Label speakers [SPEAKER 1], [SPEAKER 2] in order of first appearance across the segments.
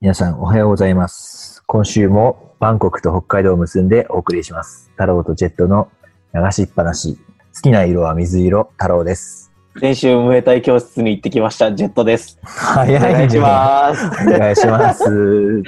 [SPEAKER 1] 皆さんおはようございます。今週もバンコクと北海道を結んでお送りします。太郎とジェットの流しっぱなし。好きな色は水色、太郎です。
[SPEAKER 2] 先週、ムエタイ教室に行ってきました、ジェットです。
[SPEAKER 1] 早
[SPEAKER 2] お願いし
[SPEAKER 1] ね。
[SPEAKER 2] ます。
[SPEAKER 1] お願いします。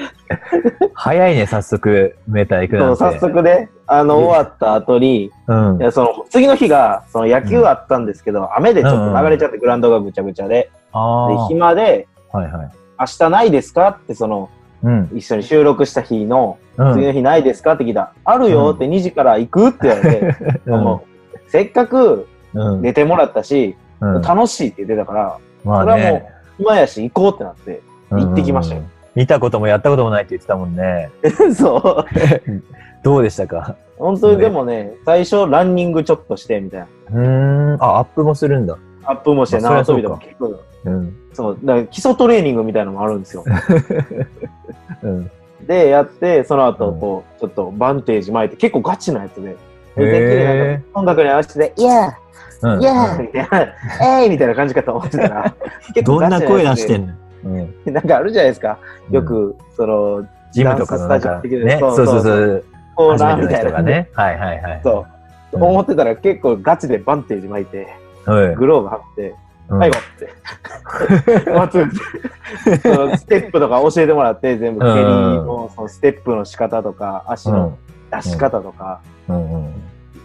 [SPEAKER 1] 早いね、早速、メーター行く
[SPEAKER 2] そ
[SPEAKER 1] な
[SPEAKER 2] うん
[SPEAKER 1] て。
[SPEAKER 2] 早速ね、あの、終わった後に、
[SPEAKER 1] うん
[SPEAKER 2] い。やその次の日が、その野球あったんですけど、雨でちょっと流れちゃって、グラウンドがぐちゃぐちゃで、
[SPEAKER 1] あ
[SPEAKER 2] で
[SPEAKER 1] ー
[SPEAKER 2] 暇で、
[SPEAKER 1] はいはい。
[SPEAKER 2] 明日ないですかって、その、
[SPEAKER 1] うん。
[SPEAKER 2] 一緒に収録した日の、
[SPEAKER 1] うん。
[SPEAKER 2] 次の日ないですかって聞いたら、あるよって2時から行くって言われて、
[SPEAKER 1] う
[SPEAKER 2] そ
[SPEAKER 1] ん
[SPEAKER 2] のせっかく
[SPEAKER 1] うん
[SPEAKER 2] 寝てもらったし、
[SPEAKER 1] うん
[SPEAKER 2] 楽しいって言ってたから、
[SPEAKER 1] ま
[SPEAKER 2] それはも今やし行こうってな って、行ってきましたよ
[SPEAKER 1] うん見たこともやったこともないって言ってたもんね。
[SPEAKER 2] そう。
[SPEAKER 1] どうでしたか
[SPEAKER 2] 本当にでもね、最初ランニングちょっとしてみたいう
[SPEAKER 1] ーん。あ、アップもするんだ。
[SPEAKER 2] な。アップもして
[SPEAKER 1] まあ
[SPEAKER 2] 縄
[SPEAKER 1] そ
[SPEAKER 2] 跳
[SPEAKER 1] り
[SPEAKER 2] び
[SPEAKER 1] ゃ
[SPEAKER 2] で
[SPEAKER 1] そう
[SPEAKER 2] も
[SPEAKER 1] か
[SPEAKER 2] 結
[SPEAKER 1] う
[SPEAKER 2] 構。
[SPEAKER 1] ん。
[SPEAKER 2] そう、だから基礎トレーニングみたいなのもあるんですよ。
[SPEAKER 1] うん。
[SPEAKER 2] で、やって、その後、
[SPEAKER 1] うん
[SPEAKER 2] こう、ちょっとバンテージ巻いて、結構ガチなやつで。
[SPEAKER 1] へ
[SPEAKER 2] で
[SPEAKER 1] え。
[SPEAKER 2] 音楽に合わせて、イエ
[SPEAKER 1] う
[SPEAKER 2] ー
[SPEAKER 1] ん
[SPEAKER 2] イエーみ たいな、えいみたいな感じかと思ってたら、結
[SPEAKER 1] どんな声出して
[SPEAKER 2] ん
[SPEAKER 1] んの、うん、
[SPEAKER 2] のなんかあるじゃないですか。よく、その、
[SPEAKER 1] ジムとかのなん
[SPEAKER 2] ダ
[SPEAKER 1] か
[SPEAKER 2] ンススタジオ的な
[SPEAKER 1] ね
[SPEAKER 2] そ
[SPEAKER 1] そうう
[SPEAKER 2] そ
[SPEAKER 1] そ
[SPEAKER 2] う
[SPEAKER 1] うそう
[SPEAKER 2] コー
[SPEAKER 1] 初
[SPEAKER 2] ナ
[SPEAKER 1] め
[SPEAKER 2] ー
[SPEAKER 1] て
[SPEAKER 2] み
[SPEAKER 1] の
[SPEAKER 2] たい
[SPEAKER 1] 人
[SPEAKER 2] な。
[SPEAKER 1] がねはいはいはい
[SPEAKER 2] そう。
[SPEAKER 1] うん
[SPEAKER 2] 思ってたら結構ガチでバンテージ巻いて、
[SPEAKER 1] はい
[SPEAKER 2] グローブ貼って、
[SPEAKER 1] うん
[SPEAKER 2] 最後って。まずそのステップとか教えてもらって、全部蹴りのそのステップの仕方とか、足の出し方とか、
[SPEAKER 1] うんうん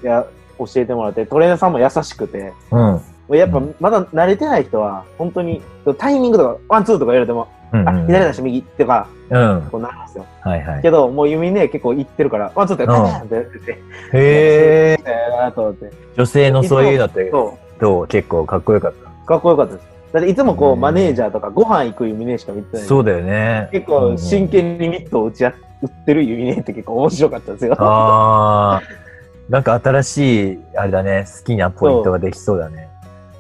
[SPEAKER 2] いや教えてもらって、トレーナーさんも優しくて、
[SPEAKER 1] うんうん
[SPEAKER 2] もうやっぱまだ慣れてない人は、本当にタイミングとか、ワン、ツーとか言われても、
[SPEAKER 1] うん
[SPEAKER 2] あ、左だし右とか、
[SPEAKER 1] うん
[SPEAKER 2] こうなるんですよ。
[SPEAKER 1] はいはい
[SPEAKER 2] けど、もう弓ね、結構いってるから、ワン、ツーとか、パーンってやってて、
[SPEAKER 1] へえ
[SPEAKER 2] えーなと思って、
[SPEAKER 1] 女性のそういうのって
[SPEAKER 2] そ
[SPEAKER 1] どう結構かっこよかっ
[SPEAKER 2] う、かっこよかったです。だっていつもこ
[SPEAKER 1] う
[SPEAKER 2] う、
[SPEAKER 1] ん
[SPEAKER 2] マネージャーとか、ご飯行く弓ねしか見て
[SPEAKER 1] た
[SPEAKER 2] ない。
[SPEAKER 1] そうだよね
[SPEAKER 2] 結構真剣にミットを打ち合打ってる指ねって結構面白かったですよ。
[SPEAKER 1] ああなんか新しいあれだね好きなポイントができそうだね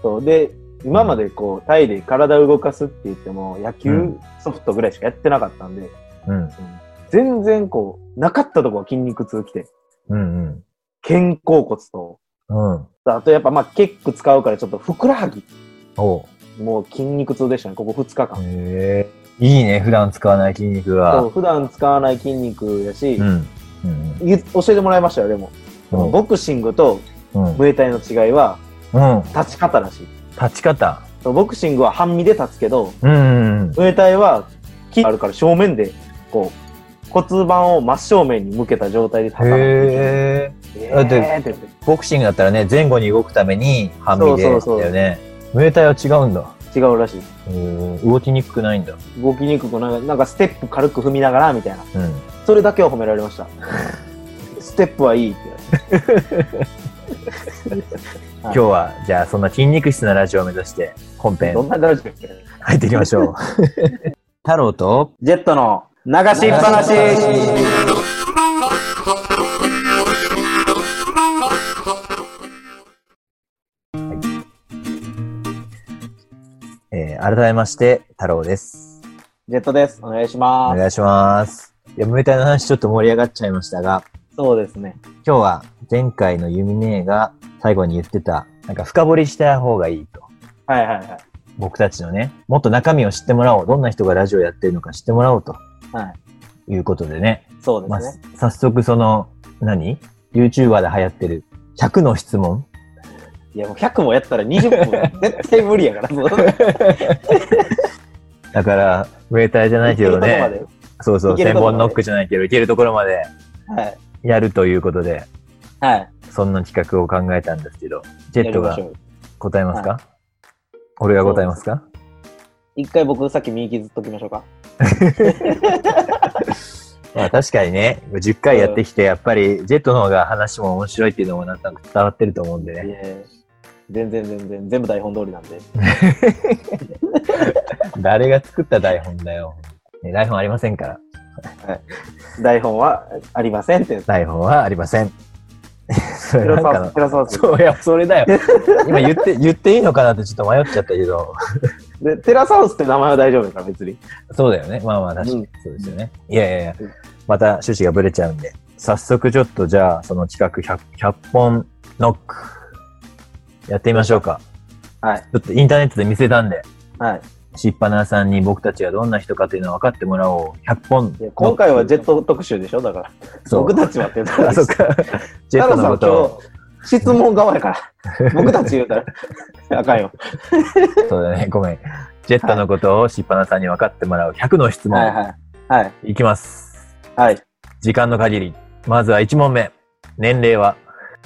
[SPEAKER 2] そうで今までこうタイで体を動かすって言っても野
[SPEAKER 1] う
[SPEAKER 2] 球
[SPEAKER 1] ん
[SPEAKER 2] ソフトぐらいしかやってなかったんで、
[SPEAKER 1] うん
[SPEAKER 2] その全然こうなかったとこは筋肉痛きて
[SPEAKER 1] うん
[SPEAKER 2] 肩甲骨と
[SPEAKER 1] うんうん
[SPEAKER 2] あとやっぱまあキック使うからちょっとふくらはぎ
[SPEAKER 1] おう
[SPEAKER 2] もう筋肉痛でしたねここ2日間、
[SPEAKER 1] へえいいね普段使わない筋肉が
[SPEAKER 2] そう普段使わない筋肉やし、
[SPEAKER 1] うんうん
[SPEAKER 2] 言教えてもらいましたよでも、
[SPEAKER 1] うん
[SPEAKER 2] ボクシングと
[SPEAKER 1] うん
[SPEAKER 2] ムエタイの違いは
[SPEAKER 1] うん
[SPEAKER 2] 立ち方らしい
[SPEAKER 1] 立ち方
[SPEAKER 2] そうボクシングは半身で立つけど
[SPEAKER 1] うんうんうん
[SPEAKER 2] ムエタイは木があるから正面でこう骨盤を真正面に向けた状態で畳む
[SPEAKER 1] へえ。
[SPEAKER 2] え
[SPEAKER 1] だって
[SPEAKER 2] ーって言って
[SPEAKER 1] ボクシングだったらね、前後に動くために半身でだ
[SPEAKER 2] そうそうそう
[SPEAKER 1] よね。ムエタイは違うんだ。
[SPEAKER 2] 違うらしい
[SPEAKER 1] うん動きにくくないんだ。
[SPEAKER 2] 動きにくくなんかなんかステップ軽く踏みながらみたいな
[SPEAKER 1] うん。
[SPEAKER 2] それだけは褒められましたステップはいいって
[SPEAKER 1] 今日は、じゃあそんな筋肉質なラジオを目指して本
[SPEAKER 2] 言
[SPEAKER 1] 編
[SPEAKER 2] われてどんなラジオやっけ
[SPEAKER 1] 入っていきまし ょう。太郎と、
[SPEAKER 2] ジェットの流しっぱなし
[SPEAKER 1] えー改めまして太郎です。
[SPEAKER 2] ジェットですお願いし
[SPEAKER 1] お
[SPEAKER 2] ます
[SPEAKER 1] 願いします。いや、ムエタイの話ちょっと盛り上がっちゃいましたが、
[SPEAKER 2] そうですね
[SPEAKER 1] 今日は前回のユミネが最後に言ってた、なんか深掘りした方がいいと。
[SPEAKER 2] はいはいはい
[SPEAKER 1] 僕たちのね、もっと中身を知ってもらおう。どんな人がラジオやってるのか知ってもらおうと。。
[SPEAKER 2] はい
[SPEAKER 1] うことでね。
[SPEAKER 2] そう
[SPEAKER 1] ま
[SPEAKER 2] で
[SPEAKER 1] あ
[SPEAKER 2] すね、
[SPEAKER 1] 早速その、何 ?YouTuber で流行ってる100の質問
[SPEAKER 2] いやもう100もやったら20分は絶対無理やからそ
[SPEAKER 1] だから、ウェーターじ ゃないけど
[SPEAKER 2] ういうとこま
[SPEAKER 1] ね。
[SPEAKER 2] で
[SPEAKER 1] そうそう、
[SPEAKER 2] いける
[SPEAKER 1] 千
[SPEAKER 2] とこまで
[SPEAKER 1] 本ノックじゃないけど、いけるところまで
[SPEAKER 2] はい
[SPEAKER 1] やるということで、
[SPEAKER 2] はい
[SPEAKER 1] そんな企画を考えたんですけど、ジェット
[SPEAKER 2] や
[SPEAKER 1] が
[SPEAKER 2] りましょう
[SPEAKER 1] 答えますか、俺が答えますか
[SPEAKER 2] 一回僕さっき右削っときましょうか
[SPEAKER 1] まあ確かにね、10回やってきて、やっぱりジェットの方が話も面白いっていうのもなんか伝わってると思うんでね。
[SPEAKER 2] いえ全然全然全部台本通りなんで
[SPEAKER 1] 誰が作った台本だよ。ね台本ありませんから。
[SPEAKER 2] 台本はありませんって
[SPEAKER 1] 台本はありません。それ な
[SPEAKER 2] 寺
[SPEAKER 1] んか
[SPEAKER 2] 澤
[SPEAKER 1] の
[SPEAKER 2] 寺澤さん
[SPEAKER 1] そういや、それだよ。 今言って、言っていいのかなってちょっと迷っちゃったけど。
[SPEAKER 2] でテラサウスって名前は大丈夫だから別に
[SPEAKER 1] そうだよね。まあまあ確か
[SPEAKER 2] う
[SPEAKER 1] に
[SPEAKER 2] ん。
[SPEAKER 1] そうですよね。いやいやいや
[SPEAKER 2] うん。
[SPEAKER 1] また趣旨がぶれちゃうんで。早速ちょっとじゃあ、その企画 100, 100本ノック。やってみましょうか。
[SPEAKER 2] はい
[SPEAKER 1] ちょっとインターネットで見せたんで、
[SPEAKER 2] はい
[SPEAKER 1] しっぱなさんに僕たちはどんな人かというのを分かってもらおう。100本
[SPEAKER 2] いや。今回はジェット特集でしょだから。
[SPEAKER 1] そう
[SPEAKER 2] 僕たちはって言ったら。
[SPEAKER 1] あ、そっか。ジェットのことを。
[SPEAKER 2] 太郎さん今日、質問側やから。僕たち言う たら。あかんよ。
[SPEAKER 1] そうだね。ごめん。ジェットのことをしっぱなさんに分かってもらう100の質問。
[SPEAKER 2] はい
[SPEAKER 1] い
[SPEAKER 2] はい。はい。
[SPEAKER 1] きます。
[SPEAKER 2] はい。
[SPEAKER 1] 時間の限り。まずは1問目。年齢は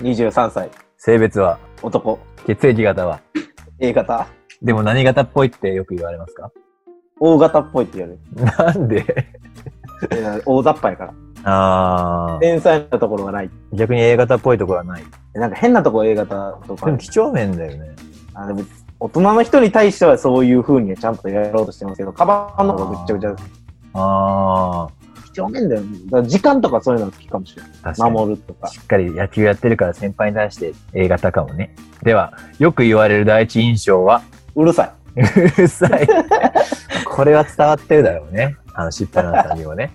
[SPEAKER 2] 23歳。
[SPEAKER 1] 性別は
[SPEAKER 2] 男。
[SPEAKER 1] 血液型は
[SPEAKER 2] A 型。
[SPEAKER 1] でも何型っぽいってよく言われますか
[SPEAKER 2] O 型っぽいって言
[SPEAKER 1] な
[SPEAKER 2] わ
[SPEAKER 1] んで
[SPEAKER 2] れる。えー大雑把 やから。
[SPEAKER 1] あー
[SPEAKER 2] 天才なところがない。
[SPEAKER 1] 逆に A 型っぽいところはない。
[SPEAKER 2] なんか変なとこ A 型と
[SPEAKER 1] で
[SPEAKER 2] か
[SPEAKER 1] も。貴重面だよね。
[SPEAKER 2] あでも大人の人に対してはそういう風にはちゃんとやろうとしてますけど、カバンの方がぐっちゃぐちゃです。
[SPEAKER 1] あ
[SPEAKER 2] 貴重面だよね。だから時間とかそういうのが好きかもしれない。
[SPEAKER 1] あ、確かに。
[SPEAKER 2] 守るとか。
[SPEAKER 1] しっかり野球やってるから先輩に対して A 型かもね。では、よく言われる第一印象は、
[SPEAKER 2] うるさ
[SPEAKER 1] うるさい。 これは伝わってるだろうね。あの、しっぱなさんにもね。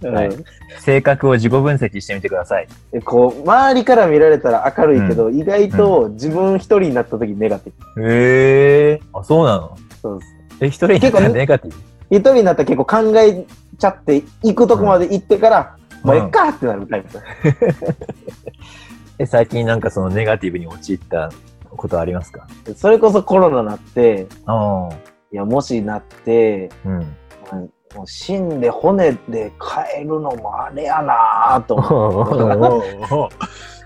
[SPEAKER 2] い。
[SPEAKER 1] はい
[SPEAKER 2] うん
[SPEAKER 1] 性格を自己分析してみてください。
[SPEAKER 2] でこう、周りから見られたら明るいけど、意外と自分一人になった時ネガティブ。
[SPEAKER 1] へえ。あ、そうなの
[SPEAKER 2] そうです。
[SPEAKER 1] え、一人になったらネガティブ。
[SPEAKER 2] 一人になったら結構考えちゃって、行くとこまで行ってから、
[SPEAKER 1] うん
[SPEAKER 2] もうえっかってなるタイプ。
[SPEAKER 1] え、最近なんかそのネガティブに陥ったことありますか
[SPEAKER 2] それこそコロナなって、
[SPEAKER 1] ああ。
[SPEAKER 2] いや、もしなって、
[SPEAKER 1] うん。
[SPEAKER 2] うんもう死んで骨で帰るのもあれやなぁと思って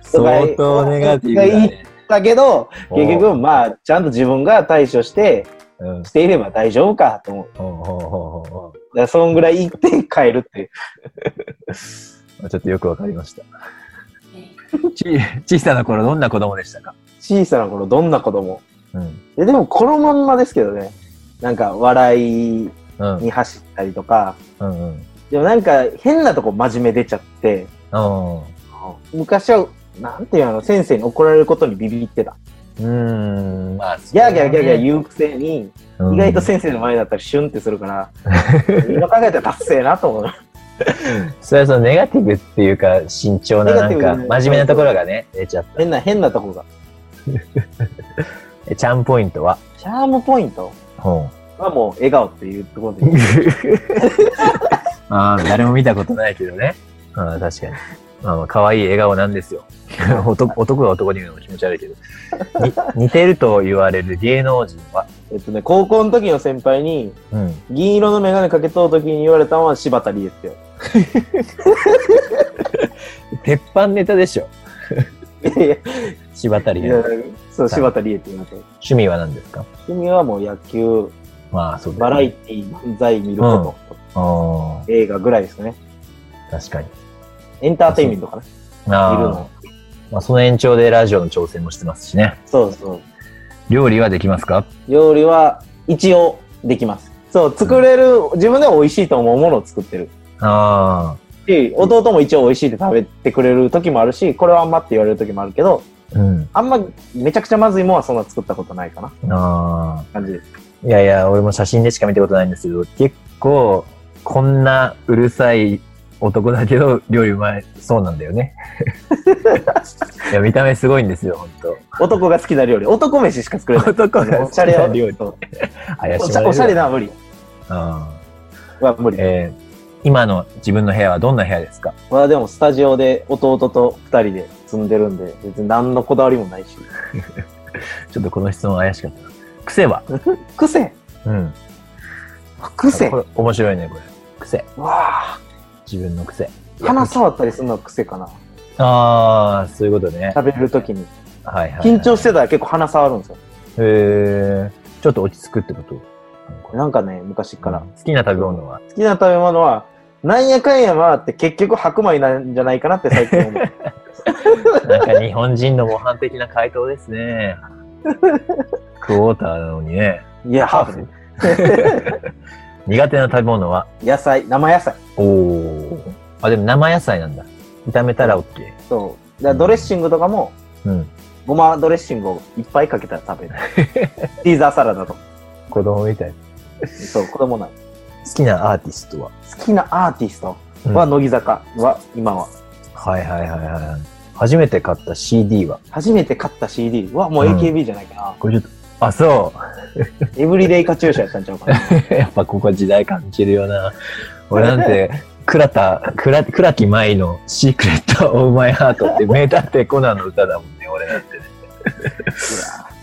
[SPEAKER 1] 相当ネガティブだね。
[SPEAKER 2] だけど、結局、まあ、ちゃんと自分が対処して、
[SPEAKER 1] うん
[SPEAKER 2] していれば大丈夫かと思う。だ
[SPEAKER 1] ほうほうほうほう
[SPEAKER 2] からそんぐらい行って帰るっていう。
[SPEAKER 1] ほうちょっとよくわかりました。 ち小さな頃どんな子供でしたか
[SPEAKER 2] 小さな頃、どんな子供。
[SPEAKER 1] うん。
[SPEAKER 2] えでも、このまんまですけどね。なんか、笑
[SPEAKER 1] う
[SPEAKER 2] い
[SPEAKER 1] ん。うん
[SPEAKER 2] に走ったりとか。
[SPEAKER 1] うん。
[SPEAKER 2] でも、なんか、変なとこ真面目出ちゃって、
[SPEAKER 1] うん。
[SPEAKER 2] 昔は、なんていうの、先生に怒られることにビビってた。
[SPEAKER 1] うーん、まあ、
[SPEAKER 2] ギャーギャーギャーギャー言うくせに、
[SPEAKER 1] うん
[SPEAKER 2] 意外と先生の前だったらシュンってするから、今考えたら達成なと思う。
[SPEAKER 1] それはそのネガティブっていうか、慎重な、なん
[SPEAKER 2] ネガ
[SPEAKER 1] か、
[SPEAKER 2] ティブ
[SPEAKER 1] 真面目なところがね、出ちゃった。
[SPEAKER 2] 変な、変なとこが。
[SPEAKER 1] え、ちゃんポイントは
[SPEAKER 2] チャームポイント
[SPEAKER 1] ほ
[SPEAKER 2] はもう笑顔っていうところで
[SPEAKER 1] う。 ああ、誰も見たことないけどね。ああ、確かに。まあまあ、可愛い笑顔なんです よ。男男が男に言うのも気持ち悪いけど。に似てると言われる芸能人は
[SPEAKER 2] えっとね、高校の時の先輩に、
[SPEAKER 1] うん。
[SPEAKER 2] 銀色の眼鏡かけとう時に言われたのは柴田理恵ってよ。
[SPEAKER 1] 鉄板ネタでしょ。
[SPEAKER 2] いやい
[SPEAKER 1] 柴田理
[SPEAKER 2] や
[SPEAKER 1] 恵。
[SPEAKER 2] いやそう、柴田理恵って言われて。
[SPEAKER 1] 趣味は何ですか
[SPEAKER 2] 君はもう野球、
[SPEAKER 1] まあ、そうだ
[SPEAKER 2] バ
[SPEAKER 1] よ
[SPEAKER 2] ラエ
[SPEAKER 1] ね
[SPEAKER 2] ティ、漫才見ること、
[SPEAKER 1] あ
[SPEAKER 2] 映画ぐらいですね。
[SPEAKER 1] あ、確かに。
[SPEAKER 2] エンターテインメントかな。
[SPEAKER 1] ああ
[SPEAKER 2] 見るの。
[SPEAKER 1] まあ、その延長でラジオの挑戦もしてますしね。
[SPEAKER 2] そうそう。
[SPEAKER 1] 料理はできますか
[SPEAKER 2] 料理は一応できます。そう、作れる、自分では美味しいと思うものを作ってる。
[SPEAKER 1] あ
[SPEAKER 2] し、弟も一応美味しいって食べてくれる時もあるし、これはあんまって言われる時もあるけど、
[SPEAKER 1] あ、うん。
[SPEAKER 2] あんまめちゃくちゃまずいもんはそんな作ったことないかな。
[SPEAKER 1] あ
[SPEAKER 2] 感じです。
[SPEAKER 1] あ。いやいや、俺も写真でしか見たことないんですけど、結構、こんなうるさい男だけど、料理うまい、そうなんだよ ね。いや、見た目すごいんですよ、ほんと。
[SPEAKER 2] 男が好きな料理。男飯しか作れな い。
[SPEAKER 1] 男が
[SPEAKER 2] おしゃれ
[SPEAKER 1] な
[SPEAKER 2] な
[SPEAKER 1] 料理。
[SPEAKER 2] そう
[SPEAKER 1] 怪しまれ
[SPEAKER 2] お
[SPEAKER 1] る
[SPEAKER 2] しゃ
[SPEAKER 1] わ
[SPEAKER 2] おしゃれな無理。
[SPEAKER 1] ああ
[SPEAKER 2] は無理。
[SPEAKER 1] えー今の自分の部屋はどんな部屋ですか
[SPEAKER 2] まあでもスタジオで弟と二人で住んでるんで、別に何のこだわりもないし。
[SPEAKER 1] ちょっとこの質問怪しかったな。癖は
[SPEAKER 2] 癖
[SPEAKER 1] うん。
[SPEAKER 2] 癖
[SPEAKER 1] これ面白いね、これ。癖。
[SPEAKER 2] わあ、
[SPEAKER 1] 自分の癖。
[SPEAKER 2] 鼻触ったりするのは癖かな。
[SPEAKER 1] ああ、そういうことね。
[SPEAKER 2] 食べるときに。
[SPEAKER 1] はいはい、はい。
[SPEAKER 2] 緊張してたら結構鼻触るんですよ。
[SPEAKER 1] へえちょっと落ち着くってこと
[SPEAKER 2] なんかね、昔から。
[SPEAKER 1] 好きな食べ物は
[SPEAKER 2] 好きな食べ物は、なんやかんや回って結局白米なんじゃないかなって最近思う。
[SPEAKER 1] なんか日本人の模範的な回答です ね。クォーターなのにね。
[SPEAKER 2] いや、ハーフね。
[SPEAKER 1] 苦手な食べ物は
[SPEAKER 2] 野菜、生野菜。
[SPEAKER 1] おお。あ、でも生野菜なんだ。炒めたら OK。
[SPEAKER 2] そう。だからドレッシングとかも、
[SPEAKER 1] うん。
[SPEAKER 2] ごまドレッシングをいっぱいかけたら食べる。 シーザーサラダとか。
[SPEAKER 1] 子供みたい。
[SPEAKER 2] そう、子供ない。
[SPEAKER 1] 好きなアーティストは、
[SPEAKER 2] 好きなアーティスト
[SPEAKER 1] うん
[SPEAKER 2] は乃木坂は、今は。
[SPEAKER 1] はいはいはいはい。初めて買った CD は
[SPEAKER 2] 初めて買った CD はもう AKB じゃないかな。
[SPEAKER 1] これちょっとあ、そ
[SPEAKER 2] エブリデイカチューシャやったんちゃうかな。
[SPEAKER 1] う。やっぱここ時代感じるよな。俺なんて、倉田、倉倉木舞のシークレット・オブ・マイ・ハートって名探偵コナンの歌だもんね、俺なんてね。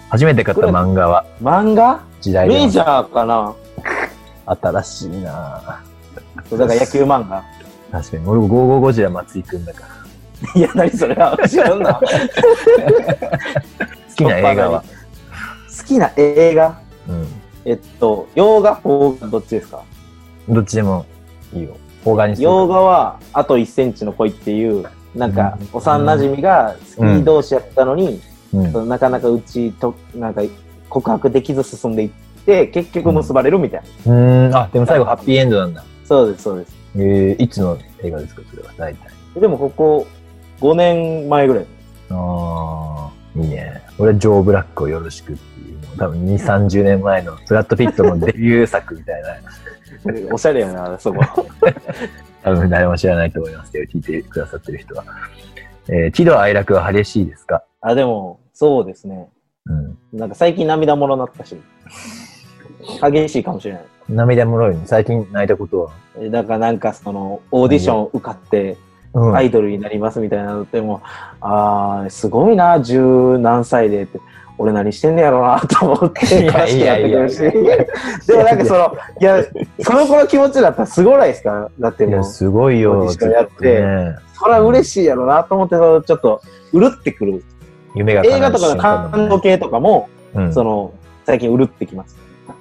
[SPEAKER 1] 初めて買った 漫画は
[SPEAKER 2] 漫画
[SPEAKER 1] 時代
[SPEAKER 2] メ
[SPEAKER 1] で
[SPEAKER 2] ジャーかな
[SPEAKER 1] 新しいな
[SPEAKER 2] そうだから野球漫 画。
[SPEAKER 1] 確かに。俺、555時代松井くんだから。
[SPEAKER 2] いや、何それ知らんな。好
[SPEAKER 1] 好きな映画は。
[SPEAKER 2] 好きな映画
[SPEAKER 1] う
[SPEAKER 2] えっと、洋画、邦画、どっちですか
[SPEAKER 1] ん。どっちでもいいよ。邦画にする。
[SPEAKER 2] 洋画は、あと1センチの恋っていう、なんか
[SPEAKER 1] うん、
[SPEAKER 2] 幼馴染が好き同士やったのに、
[SPEAKER 1] うん。
[SPEAKER 2] そのなかなかうちと、なんか、告白できず進んでいって、結局結ばれるみたいな。
[SPEAKER 1] うーん、あ、でも最後ハッピーエンドなんだ。
[SPEAKER 2] そうです、そうです。
[SPEAKER 1] えー、いつの映画ですか、それは、大体。
[SPEAKER 2] でも、ここ、5年前ぐらい。
[SPEAKER 1] ああ、いいね。俺はジョー・ブラックをよろしくっていう、もう多分2、30年前のブラッド・ピットのデビュー作みたいな、
[SPEAKER 2] おしゃれやな、そこ。
[SPEAKER 1] 多分誰も知らないと思いますけど、聞いてくださってる人は。えー、喜怒哀楽は激しいですか
[SPEAKER 2] あ、でも、そうですね。
[SPEAKER 1] うん。
[SPEAKER 2] なんか最近涙もろなったし、激しいかもしれない。
[SPEAKER 1] 涙もろいね。最近泣いたことは。
[SPEAKER 2] えだからなんかその、オーディション受かって、
[SPEAKER 1] うん。
[SPEAKER 2] アイドルになりますみたいなのってもう、あー、すごいな、十何歳でって、俺何してんねやろな、と思って、
[SPEAKER 1] いやいやいや
[SPEAKER 2] 悲しくなってくるし。でもなんかその、いや、その子の気持ちだったらすごないですかだって
[SPEAKER 1] い
[SPEAKER 2] も
[SPEAKER 1] や、
[SPEAKER 2] う、
[SPEAKER 1] すごい
[SPEAKER 2] オー
[SPEAKER 1] よ。
[SPEAKER 2] ディションやって
[SPEAKER 1] ずっとね、
[SPEAKER 2] そりゃ嬉しいやろな、と思って、そのちょっと、うるってくる。
[SPEAKER 1] 夢が
[SPEAKER 2] 映画とかの感動
[SPEAKER 1] の
[SPEAKER 2] 系とかも、
[SPEAKER 1] うん。
[SPEAKER 2] その、最近うるってきます。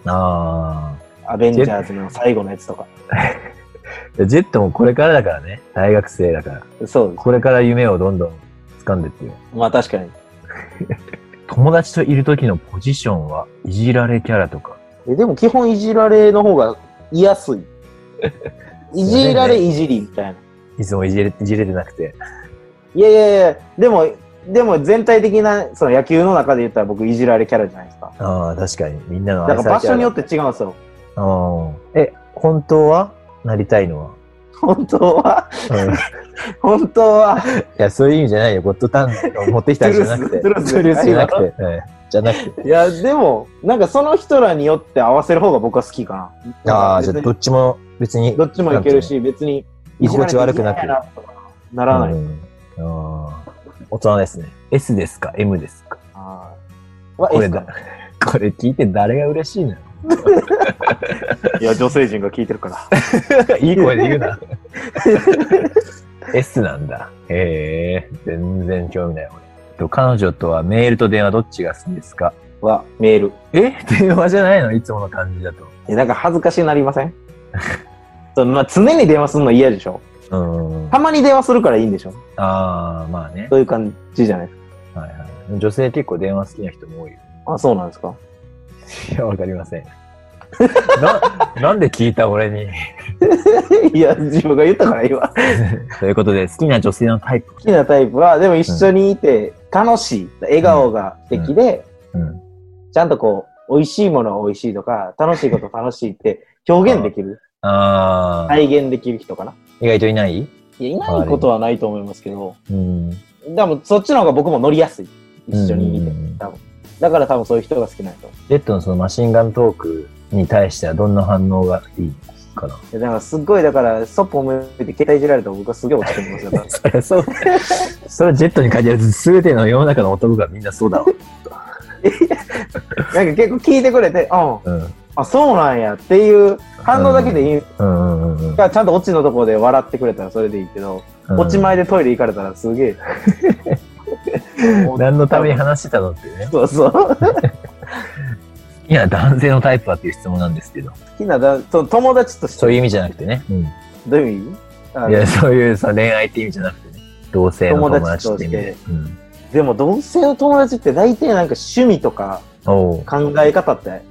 [SPEAKER 1] あ
[SPEAKER 2] アベンジャーズの最後のやつとか。
[SPEAKER 1] あ。ジェットもこれからだからね。大学生だから。
[SPEAKER 2] そうです。
[SPEAKER 1] これから夢をどんどん掴んでってよ。
[SPEAKER 2] まあ確かに。
[SPEAKER 1] 友達といる時のポジションはいじられキャラとか。
[SPEAKER 2] えでも基本いじられの方が言いやすい。 いじられいじりみたいな。
[SPEAKER 1] いつもいじれいじれてなくて。
[SPEAKER 2] いやいやいや、でも、でも全体的なその野球の中で言ったら僕いじられキャラじゃないですか。
[SPEAKER 1] ああ、確かに。みんなの
[SPEAKER 2] だから場所によ
[SPEAKER 1] っ
[SPEAKER 2] って違うんですよ。
[SPEAKER 1] て。うんえ、本当はなりたいのは。
[SPEAKER 2] 本当は、
[SPEAKER 1] うんい
[SPEAKER 2] 本当は、
[SPEAKER 1] や、そういう意味じゃないよ。ゴッドタンを持ってきたんじゃなくて。
[SPEAKER 2] トゥルーストゥルース
[SPEAKER 1] じゃなくて。うんじゃなくて。
[SPEAKER 2] いや、でも、なんかその人らによって合わせる方が僕は好きかな。
[SPEAKER 1] ああ、じゃあ
[SPEAKER 2] 別に
[SPEAKER 1] どっちも別に。
[SPEAKER 2] どっちもいけるし、別に、
[SPEAKER 1] 居心地悪くなく
[SPEAKER 2] いじられて嫌やなとかならない。
[SPEAKER 1] うんああ大人ですね。S ですか ?M ですか
[SPEAKER 2] あーは
[SPEAKER 1] これ
[SPEAKER 2] S か
[SPEAKER 1] だ。これ聞いて誰が嬉しいのよ
[SPEAKER 2] いや、女性陣が聞いてるから。
[SPEAKER 1] いい声で言うな。S なんだ。へえ、全然興味ない俺。と彼女とはメールと電話どっちが好きですか
[SPEAKER 2] はメール。
[SPEAKER 1] え電話じゃないのいつもの感じだと。
[SPEAKER 2] えなんか恥ずかしなり ませんそのまあ、常に電話するの嫌でしょ
[SPEAKER 1] うーん。あ
[SPEAKER 2] たまに電話するからいいんでしょ
[SPEAKER 1] あー、まあね。
[SPEAKER 2] そういう感じじゃないです
[SPEAKER 1] はいはい、女性結構電話好きな人も多いよ。
[SPEAKER 2] か。あ、そうなんですか
[SPEAKER 1] いや、わかりません。な、なんで聞いた俺に。
[SPEAKER 2] いや、自分が言ったから今。好
[SPEAKER 1] ということで、好きな女性のタイプ。
[SPEAKER 2] きなタイプは、でも一緒にいて楽しい。笑顔が素敵で、
[SPEAKER 1] うん。
[SPEAKER 2] ちゃんとこう、美味しいものは美味しいとか、楽しいこと楽しいって表現できる。
[SPEAKER 1] ああ、
[SPEAKER 2] 体現できる人かな。
[SPEAKER 1] 意外といない
[SPEAKER 2] いや、いないことはないと思いますけど、
[SPEAKER 1] うん。
[SPEAKER 2] でもそっちの方が僕も乗りやすい。一緒にいて
[SPEAKER 1] うんうんうん。
[SPEAKER 2] 多分だから多分そういう人が好きなんだと思う
[SPEAKER 1] レッドのそのマシンガントークに対してはどんな反応がいいかな
[SPEAKER 2] だからすっごいだからそっぽ向いて携帯いじられたら僕はすげえ落ち込 みますよ。だか
[SPEAKER 1] それそうそれはジェットに限らず全ての世の中の男がみんなそうだわ。
[SPEAKER 2] らなんか結構聞いてくれて、うん、
[SPEAKER 1] うん。
[SPEAKER 2] あ、そうなんやっていう反応だけでいい
[SPEAKER 1] うんうんうんうん。
[SPEAKER 2] が、ちゃんとオチのところで笑ってくれたらそれでいいけど、
[SPEAKER 1] うん
[SPEAKER 2] オチ前でトイレ行かれたらす げえ。
[SPEAKER 1] 何のために話してたのってね。
[SPEAKER 2] そうそう。好
[SPEAKER 1] いや、男性のタイプはっていう質問なんですけど。
[SPEAKER 2] きなだその友達とし
[SPEAKER 1] そう
[SPEAKER 2] て、
[SPEAKER 1] いう意味じゃなくてね。うん。
[SPEAKER 2] どういう意味あ
[SPEAKER 1] いや、そういうさ恋愛って意味じゃなくてね。同性の友達って意味で。うん。
[SPEAKER 2] でも同性の友達って大体なんか趣味とか
[SPEAKER 1] おう
[SPEAKER 2] 考え方って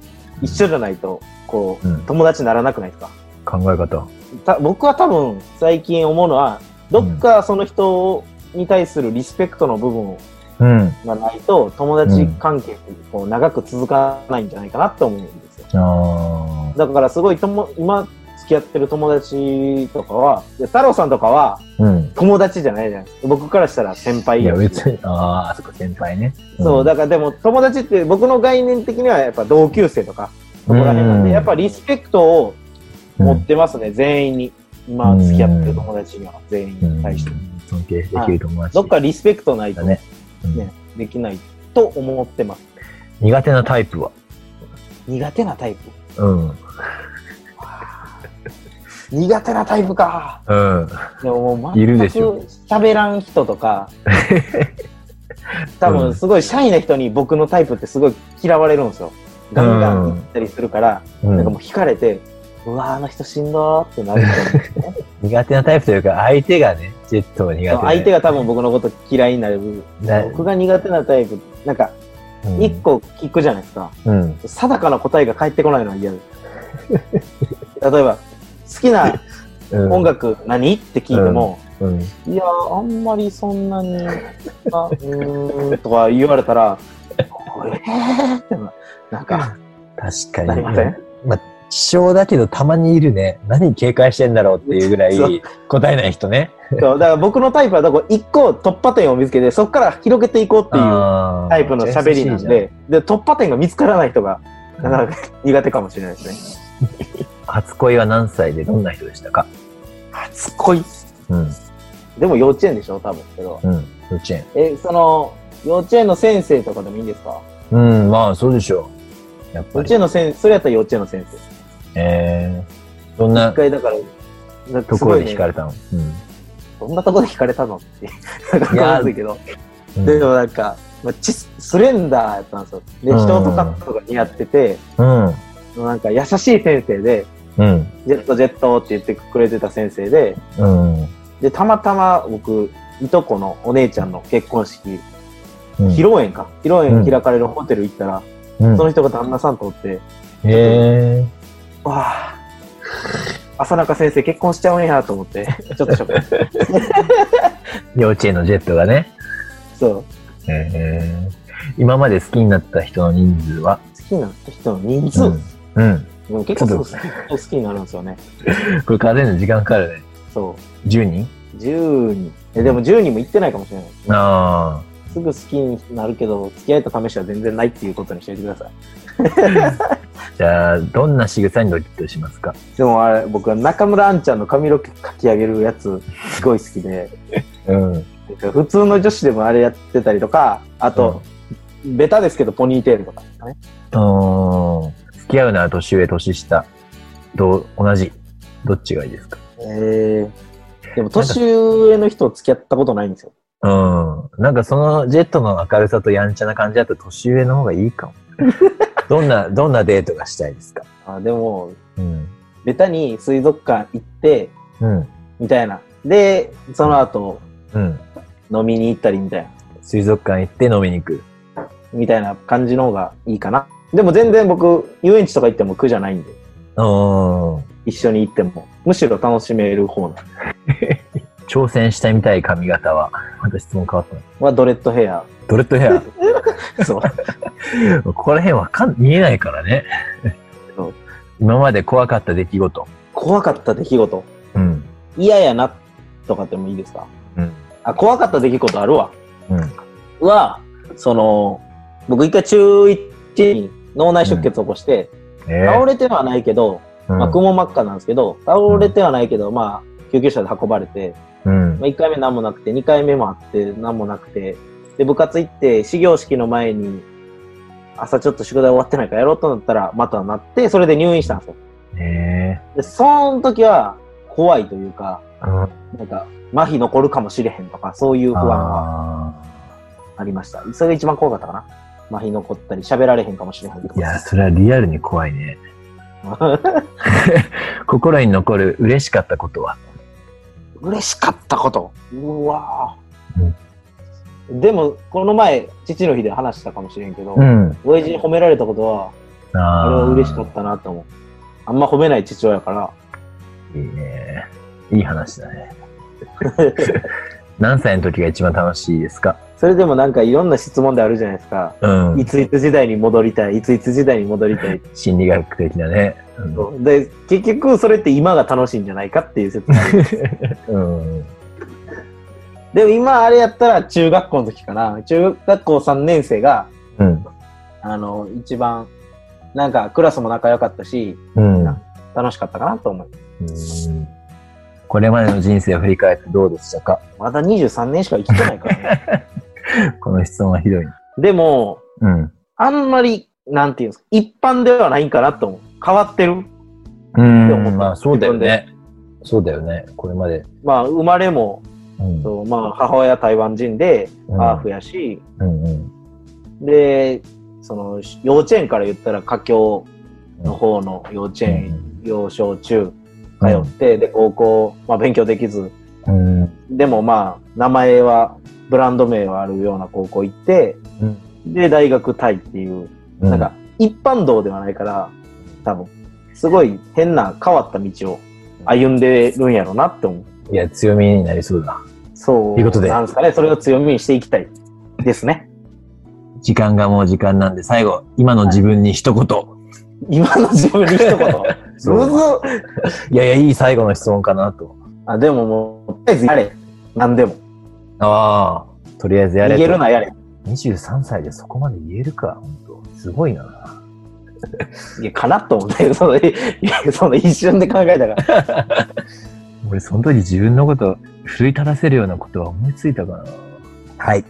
[SPEAKER 2] 一緒じゃないと、こう、
[SPEAKER 1] うん
[SPEAKER 2] 友達にならなくないですか
[SPEAKER 1] 考え方。
[SPEAKER 2] た僕は多分最近思うのはどっかその人に対するリスペクトの部分
[SPEAKER 1] うん。
[SPEAKER 2] がないと友達関係ってこう長く続かないんじゃないかなと思うんですよ
[SPEAKER 1] あ
[SPEAKER 2] だからすごいとも今付き合ってる友達とかは、いや太郎さんとかは
[SPEAKER 1] うん。
[SPEAKER 2] 友達じゃないじゃないですか。僕からしたら先輩
[SPEAKER 1] い
[SPEAKER 2] や
[SPEAKER 1] や、
[SPEAKER 2] し
[SPEAKER 1] 別に、ああ、そっか、先輩ね。
[SPEAKER 2] そう、
[SPEAKER 1] だ、
[SPEAKER 2] だからでも友達って僕の概念的にはやっぱ同級生とか、そこら辺なんで、やっぱリスペクトを持ってますね、全員に。今付き合ってる友達には全員に対して。
[SPEAKER 1] うん尊敬できる友達。
[SPEAKER 2] どっかリスペクトないと
[SPEAKER 1] だね。うん
[SPEAKER 2] ね、できないと思ってます。
[SPEAKER 1] 苦手なタイプは
[SPEAKER 2] 苦手なタイプ。
[SPEAKER 1] うん。
[SPEAKER 2] 苦手なタイプか。
[SPEAKER 1] うん。
[SPEAKER 2] でももう全く
[SPEAKER 1] いるでしょ
[SPEAKER 2] 喋らん人 とか、多分すごいシャイな人に僕のタイプってすごい嫌われるんですよ。ガンガン行ったりするから、
[SPEAKER 1] うん
[SPEAKER 2] なんかもう惹かれて、うわー、あの人しんどーってなると思うんですよね。
[SPEAKER 1] 苦手なタイプというか、相手がね、ジェットは苦手だよね。
[SPEAKER 2] 相手が多分僕のこと嫌いになる。
[SPEAKER 1] な
[SPEAKER 2] 僕が苦手なタイプ、なんか、
[SPEAKER 1] うん
[SPEAKER 2] 一個聞くじゃないですか。
[SPEAKER 1] うん。
[SPEAKER 2] 定かな答えが返ってこないのは嫌です。 例えば、好きな
[SPEAKER 1] うん
[SPEAKER 2] 音。楽何って聞いても、
[SPEAKER 1] うん。
[SPEAKER 2] いやー、あんまりそんなに、あ うーんとか言われたら、これ、ってななんか、
[SPEAKER 1] 確かに。
[SPEAKER 2] なりません
[SPEAKER 1] 希少だけど、たまにいるね。何警戒してんだろうっていうぐらい
[SPEAKER 2] そう
[SPEAKER 1] 答えない人ね。
[SPEAKER 2] そうだから僕のタイプはどこ一個突破点を見つけて、そこから広げていこうっていう
[SPEAKER 1] あー
[SPEAKER 2] タイプの喋りなん。で、で、突破点が見つからない人が、なかなか苦手かもしれないですね。
[SPEAKER 1] 初恋は何歳でどんな人でしたか
[SPEAKER 2] 初恋
[SPEAKER 1] うん。
[SPEAKER 2] でも幼稚園でしょ多分けど。
[SPEAKER 1] うん。幼稚園。
[SPEAKER 2] え、その、幼稚園の先生とかでもいいんですか
[SPEAKER 1] うん、まあ、そうでしょう。やっぱ
[SPEAKER 2] 幼稚
[SPEAKER 1] り。
[SPEAKER 2] 園の先生、それやったら幼稚園の先生。
[SPEAKER 1] えー、どんな
[SPEAKER 2] 一回だから、なんか
[SPEAKER 1] と
[SPEAKER 2] す
[SPEAKER 1] こ
[SPEAKER 2] ご
[SPEAKER 1] ろ
[SPEAKER 2] い
[SPEAKER 1] で
[SPEAKER 2] ね
[SPEAKER 1] 惹かれたの、
[SPEAKER 2] どんなとこで惹かれたのって、なんか
[SPEAKER 1] いやー
[SPEAKER 2] わかんないけど。
[SPEAKER 1] うん。
[SPEAKER 2] でもなんか、まあ、ちスレンダーやったんですよ。で、
[SPEAKER 1] うん
[SPEAKER 2] 人とかとか似合ってて、
[SPEAKER 1] うん。
[SPEAKER 2] なんか優しい先生で、
[SPEAKER 1] うん。
[SPEAKER 2] ジェットジェットって言ってくれてた先生で、
[SPEAKER 1] うん。
[SPEAKER 2] で、たまたま僕、いとこのお姉ちゃんの結婚式、
[SPEAKER 1] うん。
[SPEAKER 2] 披露宴か。披露宴開かれるホテル行ったら、
[SPEAKER 1] うん
[SPEAKER 2] その人が旦那さんとおって、
[SPEAKER 1] へえ
[SPEAKER 2] わあ、浅中先生結婚しちゃうんやと思 って、ちょっとショック。
[SPEAKER 1] 幼稚園のジェットがね。
[SPEAKER 2] そう。
[SPEAKER 1] へえ今まで好きになった人の人数は
[SPEAKER 2] 好きになった人の人数、
[SPEAKER 1] うんうん。
[SPEAKER 2] でも結構そう好き好きになるんですよね。
[SPEAKER 1] これ数えるの時間かかるね。
[SPEAKER 2] そ
[SPEAKER 1] 10人
[SPEAKER 2] う。10人。え、でも10人も行ってないかもしれない。
[SPEAKER 1] あ
[SPEAKER 2] すぐ好きになるけど、付き合えた試しは全然ないっていうことにしておいてください。
[SPEAKER 1] あ。じゃあ、どんな仕草にドキッとしますか
[SPEAKER 2] でもあれ、僕は中村あんちゃんの髪の毛かき上げるやつ、すごい好きで、
[SPEAKER 1] うん。
[SPEAKER 2] 普通の女子でもあれやってたりとか、あと、ベタですけど、ポニーテールとかですかね。
[SPEAKER 1] うん。付き合うなら年上、年下。どう、同じ。どっちがいいですか
[SPEAKER 2] えー、でも、年上の人付き合ったことないんですよ。
[SPEAKER 1] うん。なんかそのジェットの明るさとやんちゃな感じだと年上の方がいい かも。どんな、どんなデートがしたいですか
[SPEAKER 2] あでも、
[SPEAKER 1] うん。
[SPEAKER 2] ベタに水族館行って、
[SPEAKER 1] うん。
[SPEAKER 2] みたいな。で、その後、
[SPEAKER 1] うん。
[SPEAKER 2] 飲みに行ったりみたいな、
[SPEAKER 1] 水族館行って飲みに行く。
[SPEAKER 2] みたいな感じの方がいいかな。でも全然僕、遊園地とか行っても苦じゃないんで、
[SPEAKER 1] うん。
[SPEAKER 2] 一緒に行っても。むしろ楽しめる方なの。
[SPEAKER 1] 挑戦してみたい髪型は、また質問変わったな
[SPEAKER 2] はドレッドヘア。
[SPEAKER 1] ドレッドヘ
[SPEAKER 2] そう。
[SPEAKER 1] ア。ここら辺わかん、見えないからね
[SPEAKER 2] そう。
[SPEAKER 1] 今まで怖かった出来事。
[SPEAKER 2] 怖かった出来事。
[SPEAKER 1] うん。
[SPEAKER 2] 嫌やな、とかってもいいですか
[SPEAKER 1] うん。
[SPEAKER 2] あ、怖かった出来事あるわ。
[SPEAKER 1] うん。
[SPEAKER 2] は、その、僕一回中1に脳内出血起こして、
[SPEAKER 1] え
[SPEAKER 2] 倒れてはないけど、
[SPEAKER 1] うん
[SPEAKER 2] まあ、雲真っ赤なんですけど、倒れてはないけど、まあ、救急車で運ばれて、
[SPEAKER 1] うん
[SPEAKER 2] まあ、1回目何もなくて、2回目もあって、何もなくて、で、部活行って、始業式の前に、朝ちょっと宿題終わってないからやろうとなったら、またなって、それで入院したんですよ。
[SPEAKER 1] え
[SPEAKER 2] で、その時は、怖いというか、
[SPEAKER 1] ー。
[SPEAKER 2] なんか、麻痺残るかもしれへんとか、そういう不安は
[SPEAKER 1] あ
[SPEAKER 2] ありました。それが一番怖かったかな。麻痺残ったり、喋られへんかもしれへんと
[SPEAKER 1] ーいや、
[SPEAKER 2] か。
[SPEAKER 1] それはリアルに怖いね。心に残る嬉しかったことは。
[SPEAKER 2] 嬉しかったこと。うわ
[SPEAKER 1] うん
[SPEAKER 2] ぁ、でも、この前、父の日で話したかもしれんけど、
[SPEAKER 1] ん。
[SPEAKER 2] 親父に褒められたことは、
[SPEAKER 1] あ
[SPEAKER 2] あ
[SPEAKER 1] あ
[SPEAKER 2] れは嬉しかったなと思う。あんま褒めない父親から、
[SPEAKER 1] いいね。いい話だね。 何歳の時が一番楽しいですか
[SPEAKER 2] それでもなんかいろんな質問であるじゃないですか。
[SPEAKER 1] うん
[SPEAKER 2] い。ついつ時代に戻りたい、いついつ時代に戻りたい。
[SPEAKER 1] 心理学的なね。うん
[SPEAKER 2] で、結局それって今が楽しいんじゃないかっていう説もある
[SPEAKER 1] うん。
[SPEAKER 2] でも今あれやったら中学校の時かな。中学校3年生が、
[SPEAKER 1] うん。
[SPEAKER 2] あの、一番、なんかクラスも仲良かったし、
[SPEAKER 1] うん。
[SPEAKER 2] 楽しかったかなと思う。
[SPEAKER 1] うんこれまでの人生を振り返ってどうでしたか
[SPEAKER 2] まだ23年しか生きてないからね。
[SPEAKER 1] この質問はひどいな。
[SPEAKER 2] でも、
[SPEAKER 1] うん。
[SPEAKER 2] あんまり、なんていうんですか、一般ではないんかなと思う。変わってる。
[SPEAKER 1] うん。
[SPEAKER 2] でも
[SPEAKER 1] まあそうだよね。そうだよね。これまで。
[SPEAKER 2] まあ、生まれも、
[SPEAKER 1] うん。
[SPEAKER 2] そうまあ、母親台湾人で、
[SPEAKER 1] うん
[SPEAKER 2] ハーフやし、
[SPEAKER 1] うんうん。
[SPEAKER 2] で、その、幼稚園から言ったら、家境の方の幼稚園、幼少中、通って、で、高校、まあ、勉強できず、
[SPEAKER 1] うん。
[SPEAKER 2] でもまあ、名前は、ブランド名はあるような高校行って、
[SPEAKER 1] うん
[SPEAKER 2] で、大学タイっていう、
[SPEAKER 1] う
[SPEAKER 2] なんか、一般道ではないから、多分、すごい変な変わった道を歩んでるんやろうなって思う。
[SPEAKER 1] いや、強みになりそうだ。
[SPEAKER 2] そう。
[SPEAKER 1] ということで
[SPEAKER 2] なんですかね。それを強みにしていきたいです ね。
[SPEAKER 1] 時間がもう時間なんで、最後、今の自分に一言。
[SPEAKER 2] 今の自分に一言。むずっ
[SPEAKER 1] いやいや、いい最後の質問かなと。
[SPEAKER 2] あ、でももう、とりあえずやれ。何でも。
[SPEAKER 1] ああ、とりあえずやれ
[SPEAKER 2] 逃
[SPEAKER 1] と。
[SPEAKER 2] げるな、やれ。
[SPEAKER 1] 23歳でそこまで言えるか、本当すごいな。
[SPEAKER 2] いや、かなと思って、 その、いやその一瞬で考えたから。
[SPEAKER 1] 俺、その時自分のこと、奮い立たせるようなことは思いついたかな。はい。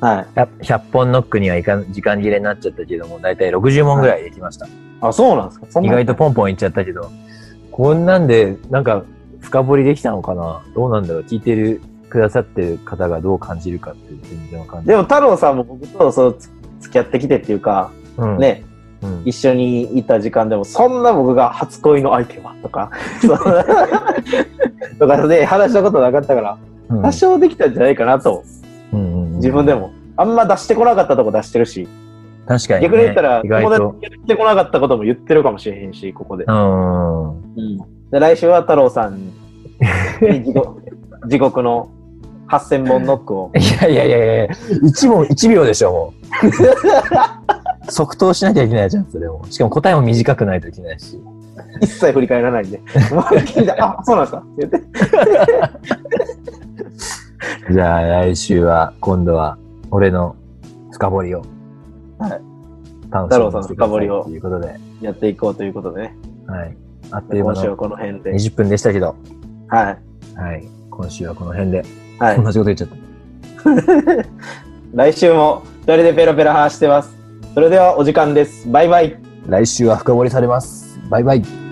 [SPEAKER 2] はい。
[SPEAKER 1] 100本ノックにはいかん、時間切れになっちゃったけども、だいたい60問ぐらいできま した。
[SPEAKER 2] あ、そうなんですか。そん
[SPEAKER 1] 意
[SPEAKER 2] な
[SPEAKER 1] 外とポンポンいっちゃったけど、こんなんで、なんか、深掘りできたのかなどうなんだろう聞いてる、くださってる方がどう感じるかっていう全然わかんない。
[SPEAKER 2] でも、太郎さんも僕とそうつ付き合ってきてっていうか、
[SPEAKER 1] うん、
[SPEAKER 2] ね、
[SPEAKER 1] うん
[SPEAKER 2] 一緒にいた時間でも、そんな僕が初恋の相手はと か、そうとかで話したことなかったから、
[SPEAKER 1] うん
[SPEAKER 2] 多少できたんじゃないかなと、
[SPEAKER 1] うんうんうん
[SPEAKER 2] 自分でも。あんま出してこなかったとこ出してるし、
[SPEAKER 1] 確かにね、
[SPEAKER 2] 逆に言ったら、
[SPEAKER 1] 意外
[SPEAKER 2] 友達
[SPEAKER 1] と
[SPEAKER 2] に言ってこなかったことも言ってるかもしれへんし、ここで
[SPEAKER 1] う。んうん
[SPEAKER 2] で来週は太郎さん に地獄地獄の8000本ノッ クを。
[SPEAKER 1] いやいやいやいや、1問1秒でしょ、もう。即答しなきゃいけないじゃん、それも。しかも答えも短くないといけないし。
[SPEAKER 2] 一切振り返らない んで。もう聞いたあ、そうなんですかって言って。
[SPEAKER 1] じゃあ来週は、今度は、俺の深掘りを。
[SPEAKER 2] は
[SPEAKER 1] 楽
[SPEAKER 2] い。
[SPEAKER 1] しみにしてください
[SPEAKER 2] 太郎さんの深掘りを
[SPEAKER 1] ということで。はい。
[SPEAKER 2] やっていこうということでね。
[SPEAKER 1] あっという間
[SPEAKER 2] 今週
[SPEAKER 1] の
[SPEAKER 2] はこの辺で。
[SPEAKER 1] 20分でしたけど、
[SPEAKER 2] はい。
[SPEAKER 1] はい。今週はこの辺で。
[SPEAKER 2] はい。
[SPEAKER 1] 同じこと言っちゃった。
[SPEAKER 2] 来週も二人でペラペラ話してます。それではお時間です。バイバイ。
[SPEAKER 1] 来週は深掘りされます。バイバイ。